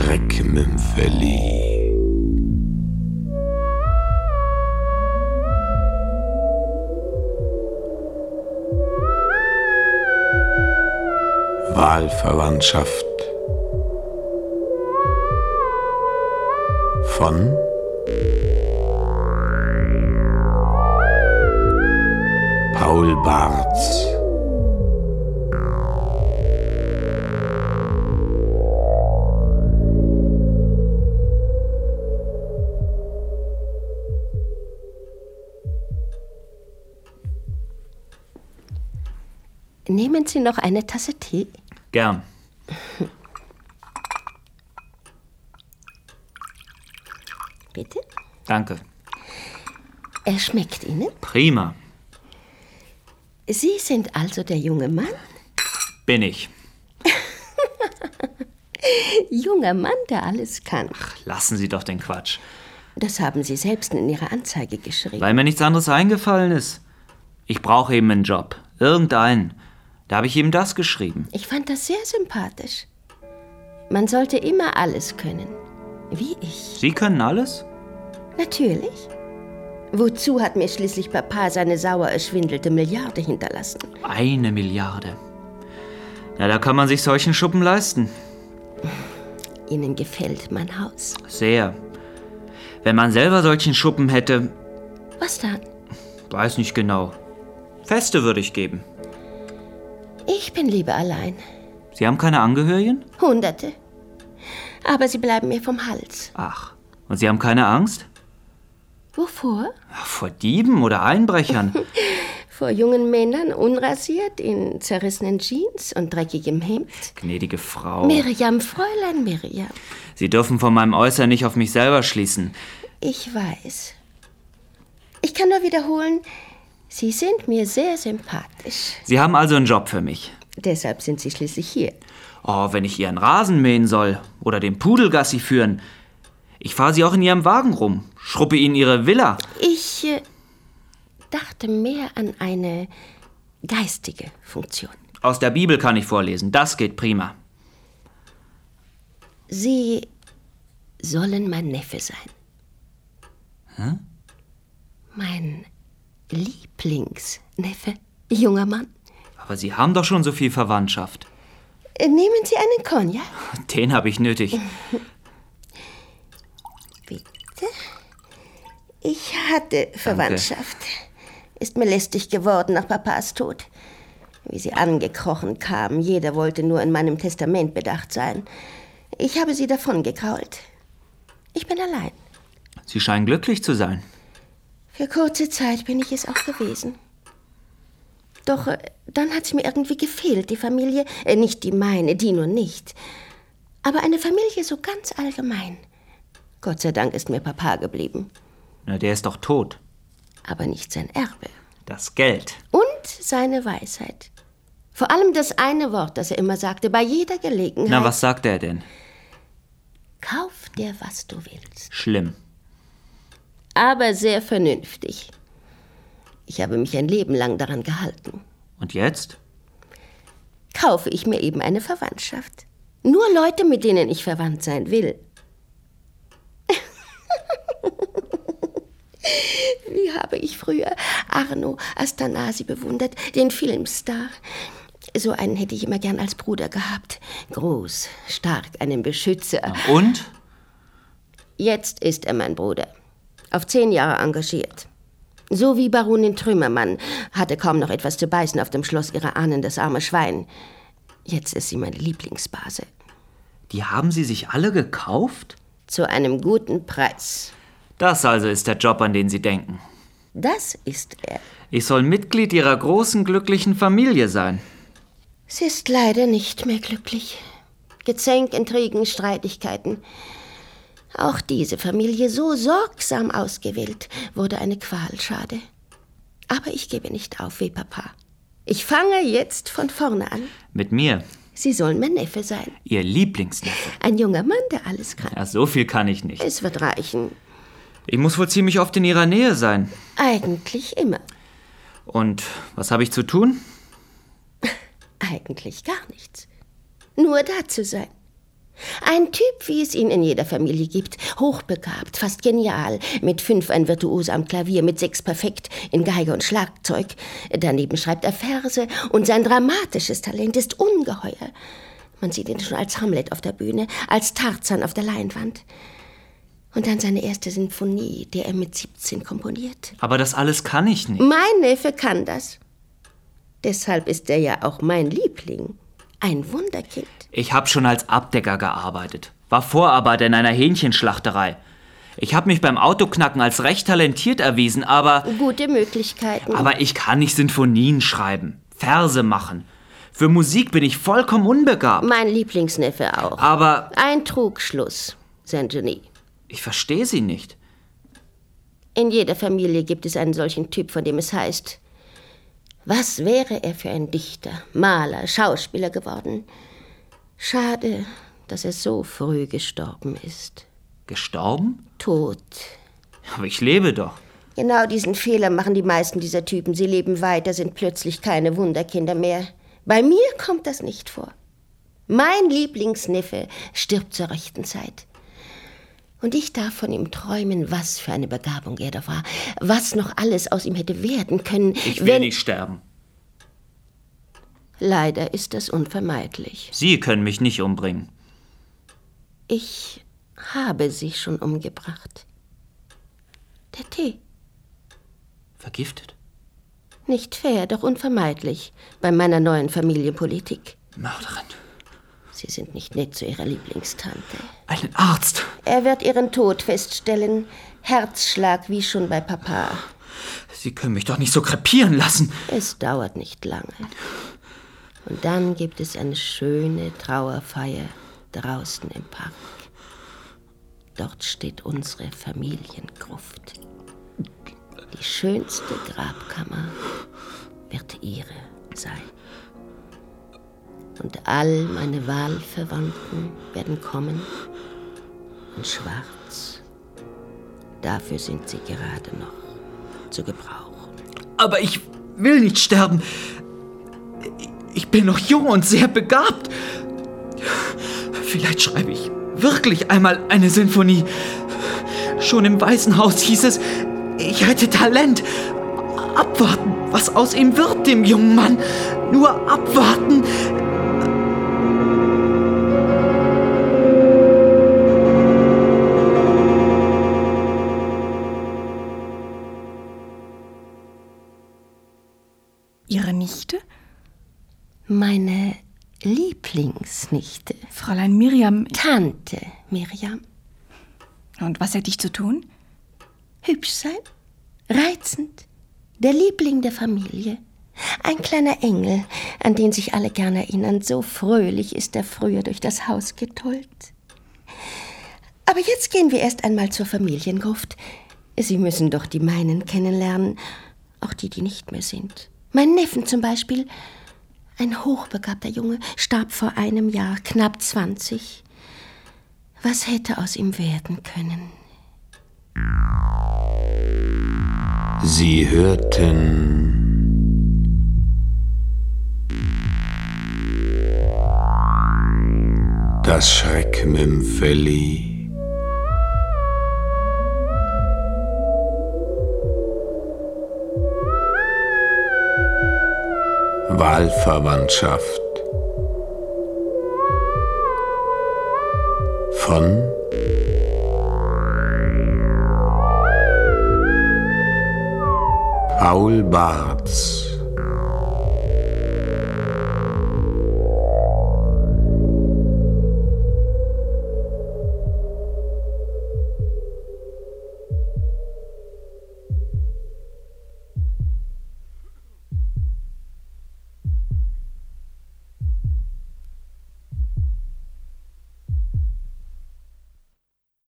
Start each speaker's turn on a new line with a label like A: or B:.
A: Stimmen verlieh. Wahlverwandtschaft von Paul Barz.
B: Nehmen Sie noch eine Tasse Tee?
C: Gern.
B: Bitte?
C: Danke.
B: Er schmeckt Ihnen?
C: Prima.
B: Sie sind also der junge Mann?
C: Bin ich.
B: Junger Mann, der alles kann.
C: Lassen Sie doch den Quatsch.
B: Das haben Sie selbst in Ihrer Anzeige geschrieben.
C: Weil mir nichts anderes eingefallen ist. Ich brauche eben einen Job. Irgendeinen. Da habe ich ihm das geschrieben.
B: Ich fand das sehr sympathisch. Man sollte immer alles können. Wie ich.
C: Sie können alles?
B: Natürlich. Wozu hat mir schließlich Papa seine sauer erschwindelte Milliarde hinterlassen?
C: Eine Milliarde. Na, da kann man sich solchen Schuppen leisten.
B: Ihnen gefällt mein Haus.
C: Sehr. Wenn man selber solchen Schuppen hätte,
B: Was dann?
C: weiß nicht genau. Feste würde ich geben.
B: Ich bin lieber allein.
C: Sie haben keine Angehörigen?
B: Hunderte. Aber sie bleiben mir vom Hals.
C: Ach. Und Sie haben keine Angst?
B: Wovor?
C: Ach, vor Dieben oder Einbrechern?
B: Vor jungen Männern, unrasiert, in zerrissenen Jeans und dreckigem Hemd.
C: Gnädige Frau.
B: Miriam, Fräulein Miriam.
C: Sie dürfen von meinem Äußern nicht auf mich selber schließen.
B: Ich weiß. Ich kann nur wiederholen, Sie sind mir sehr sympathisch.
C: Sie haben also einen Job für mich.
B: Deshalb sind Sie schließlich hier.
C: Oh, wenn ich Ihren Rasen mähen soll oder den Pudelgassi führen. Ich fahre Sie auch in Ihrem Wagen rum, schruppe Ihnen Ihre Villa.
B: Ich äh, dachte mehr an eine geistige Funktion.
C: Aus der Bibel kann ich vorlesen, das geht prima.
B: Sie sollen mein Neffe sein. Hä? Mein Lieblingsneffe, junger Mann.
C: Aber Sie haben doch schon so viel Verwandtschaft.
B: Äh, Nehmen Sie einen Cognac,
C: Den habe ich nötig.
B: bitte. Ich hatte Verwandtschaft. Ist mir lästig geworden nach Papas Tod. Wie sie angekrochen kamen, jeder wollte nur in meinem Testament bedacht sein. Ich habe sie davon gekrault. Ich bin allein.
C: Sie scheinen glücklich zu sein.
B: Für kurze Zeit bin ich es auch gewesen. Doch äh, dann hat es mir irgendwie gefehlt, die Familie, äh, nicht die meine, die nur nicht, aber eine Familie so ganz allgemein. Gott sei Dank ist mir Papa geblieben,
C: Na, der ist doch tot.
B: aber nicht sein Erbe.
C: Das Geld.
B: Und seine Weisheit. Vor allem das eine Wort, das er immer sagte, bei jeder Gelegenheit.
C: Na, was sagt er denn?
B: Kauf dir, was du willst.
C: Schlimm.
B: Aber sehr vernünftig. Ich habe mich ein Leben lang daran gehalten.
C: Und jetzt?
B: kaufe ich mir eben eine Verwandtschaft. Nur Leute, mit denen ich verwandt sein will. Wie habe ich früher Arno Astanasi bewundert, den Filmstar. So einen hätte ich immer gern als Bruder gehabt. Groß, stark, einen Beschützer.
C: Und?
B: Jetzt ist er mein Bruder. Auf zehn Jahre engagiert. So wie Baronin Trümmermann. Hatte kaum noch etwas zu beißen auf dem Schloss ihrer Ahnen, das arme Schwein. Jetzt ist sie meine Lieblingsbase.
C: Die haben Sie sich alle gekauft?
B: Zu einem guten Preis.
C: Das also ist der Job, an den Sie denken.
B: Das ist er.
C: Ich soll Mitglied Ihrer großen, glücklichen Familie sein.
B: Sie ist leider nicht mehr glücklich. Gezänk, Intrigen, Streitigkeiten. Auch diese Familie, so sorgsam ausgewählt, wurde eine Qualschade. Aber ich gebe nicht auf wie Papa. Ich fange jetzt von vorne an.
C: Mit mir,
B: Sie sollen mein Neffe sein.
C: Ihr Lieblingsneffe.
B: Ein junger Mann, der alles kann.
C: Ja, so viel kann ich nicht.
B: Es wird reichen.
C: Ich muss wohl ziemlich oft in Ihrer Nähe sein.
B: Eigentlich immer.
C: Und was habe ich zu tun?
B: Eigentlich gar nichts. Nur da zu sein. Ein Typ, wie es ihn in jeder Familie gibt. Hochbegabt, fast genial. Mit fünf ein Virtuose am Klavier, mit sechs perfekt in Geige und Schlagzeug. Daneben schreibt er Verse und sein dramatisches Talent ist ungeheuer. Man sieht ihn schon als Hamlet auf der Bühne, als Tarzan auf der Leinwand. Und dann seine erste Sinfonie, die er mit 17 komponiert.
C: Aber das alles kann ich nicht.
B: Mein Neffe kann das. Deshalb ist er ja auch mein Liebling. Ein Wunderkind.
C: Ich habe schon als Abdecker gearbeitet, war Vorarbeiter in einer Hähnchenschlachterei. Ich habe mich beim Autoknacken als recht talentiert erwiesen, aber
B: Gute Möglichkeiten.
C: aber ich kann nicht Sinfonien schreiben, Verse machen. Für Musik bin ich vollkommen unbegabt.
B: mein Lieblingsneffe auch.
C: Aber
B: Ein Trugschluss, sein Genie.
C: ich verstehe sie nicht.
B: In jeder Familie gibt es einen solchen Typ, von dem es heißt, was wäre er für ein Dichter, Maler, Schauspieler geworden? Schade, dass er so früh gestorben ist.
C: Gestorben?
B: Tot.
C: Aber ich lebe doch.
B: Genau diesen Fehler machen die meisten dieser Typen. Sie leben weiter, sind plötzlich keine Wunderkinder mehr. Bei mir kommt das nicht vor. Mein Lieblingsneffe stirbt zur rechten Zeit. Und ich darf von ihm träumen, was für eine Begabung er da war, was noch alles aus ihm hätte werden können,
C: Ich will
B: wenn
C: nicht sterben.
B: Leider ist das unvermeidlich.
C: Sie können mich nicht umbringen.
B: Ich habe sie schon umgebracht. Der Tee.
C: Vergiftet?
B: Nicht fair, doch unvermeidlich bei meiner neuen Familienpolitik.
C: Mörderin.
B: Sie sind nicht nett zu ihrer Lieblingstante.
C: Einen Arzt.
B: Er wird ihren Tod feststellen. Herzschlag wie schon bei Papa.
C: Sie können mich doch nicht so krepieren lassen.
B: Es dauert nicht lange. Und dann gibt es eine schöne Trauerfeier draußen im Park. Dort steht unsere Familiengruft. Die schönste Grabkammer wird ihre sein. Und all meine Wahlverwandten werden kommen in schwarz. Dafür sind sie gerade noch zu gebrauchen.
C: Aber ich will nicht sterben. Ich bin noch jung und sehr begabt. Vielleicht schreibe ich wirklich einmal eine Sinfonie. Schon im Weißen Haus hieß es, ich hätte Talent. Abwarten, was aus ihm wird, dem jungen Mann. Nur abwarten.
D: Ihre Nichte?
B: Meine Lieblingsnichte.
D: Fräulein Miriam.
B: Tante Miriam.
D: Und was hätte ich zu tun?
B: Hübsch sein. Reizend. Der Liebling der Familie. Ein kleiner Engel, an den sich alle gern erinnern. So fröhlich ist er früher durch das Haus getollt. Aber jetzt gehen wir erst einmal zur Familiengruft. Sie müssen doch die meinen kennenlernen. Auch die, die nicht mehr sind. Mein Neffen zum Beispiel. Ein hochbegabter Junge starb vor einem Jahr, knapp 20. Was hätte aus ihm werden können?
A: Sie hörten das Schreckmümpfeli, Wahlverwandtschaft von Paul Barz.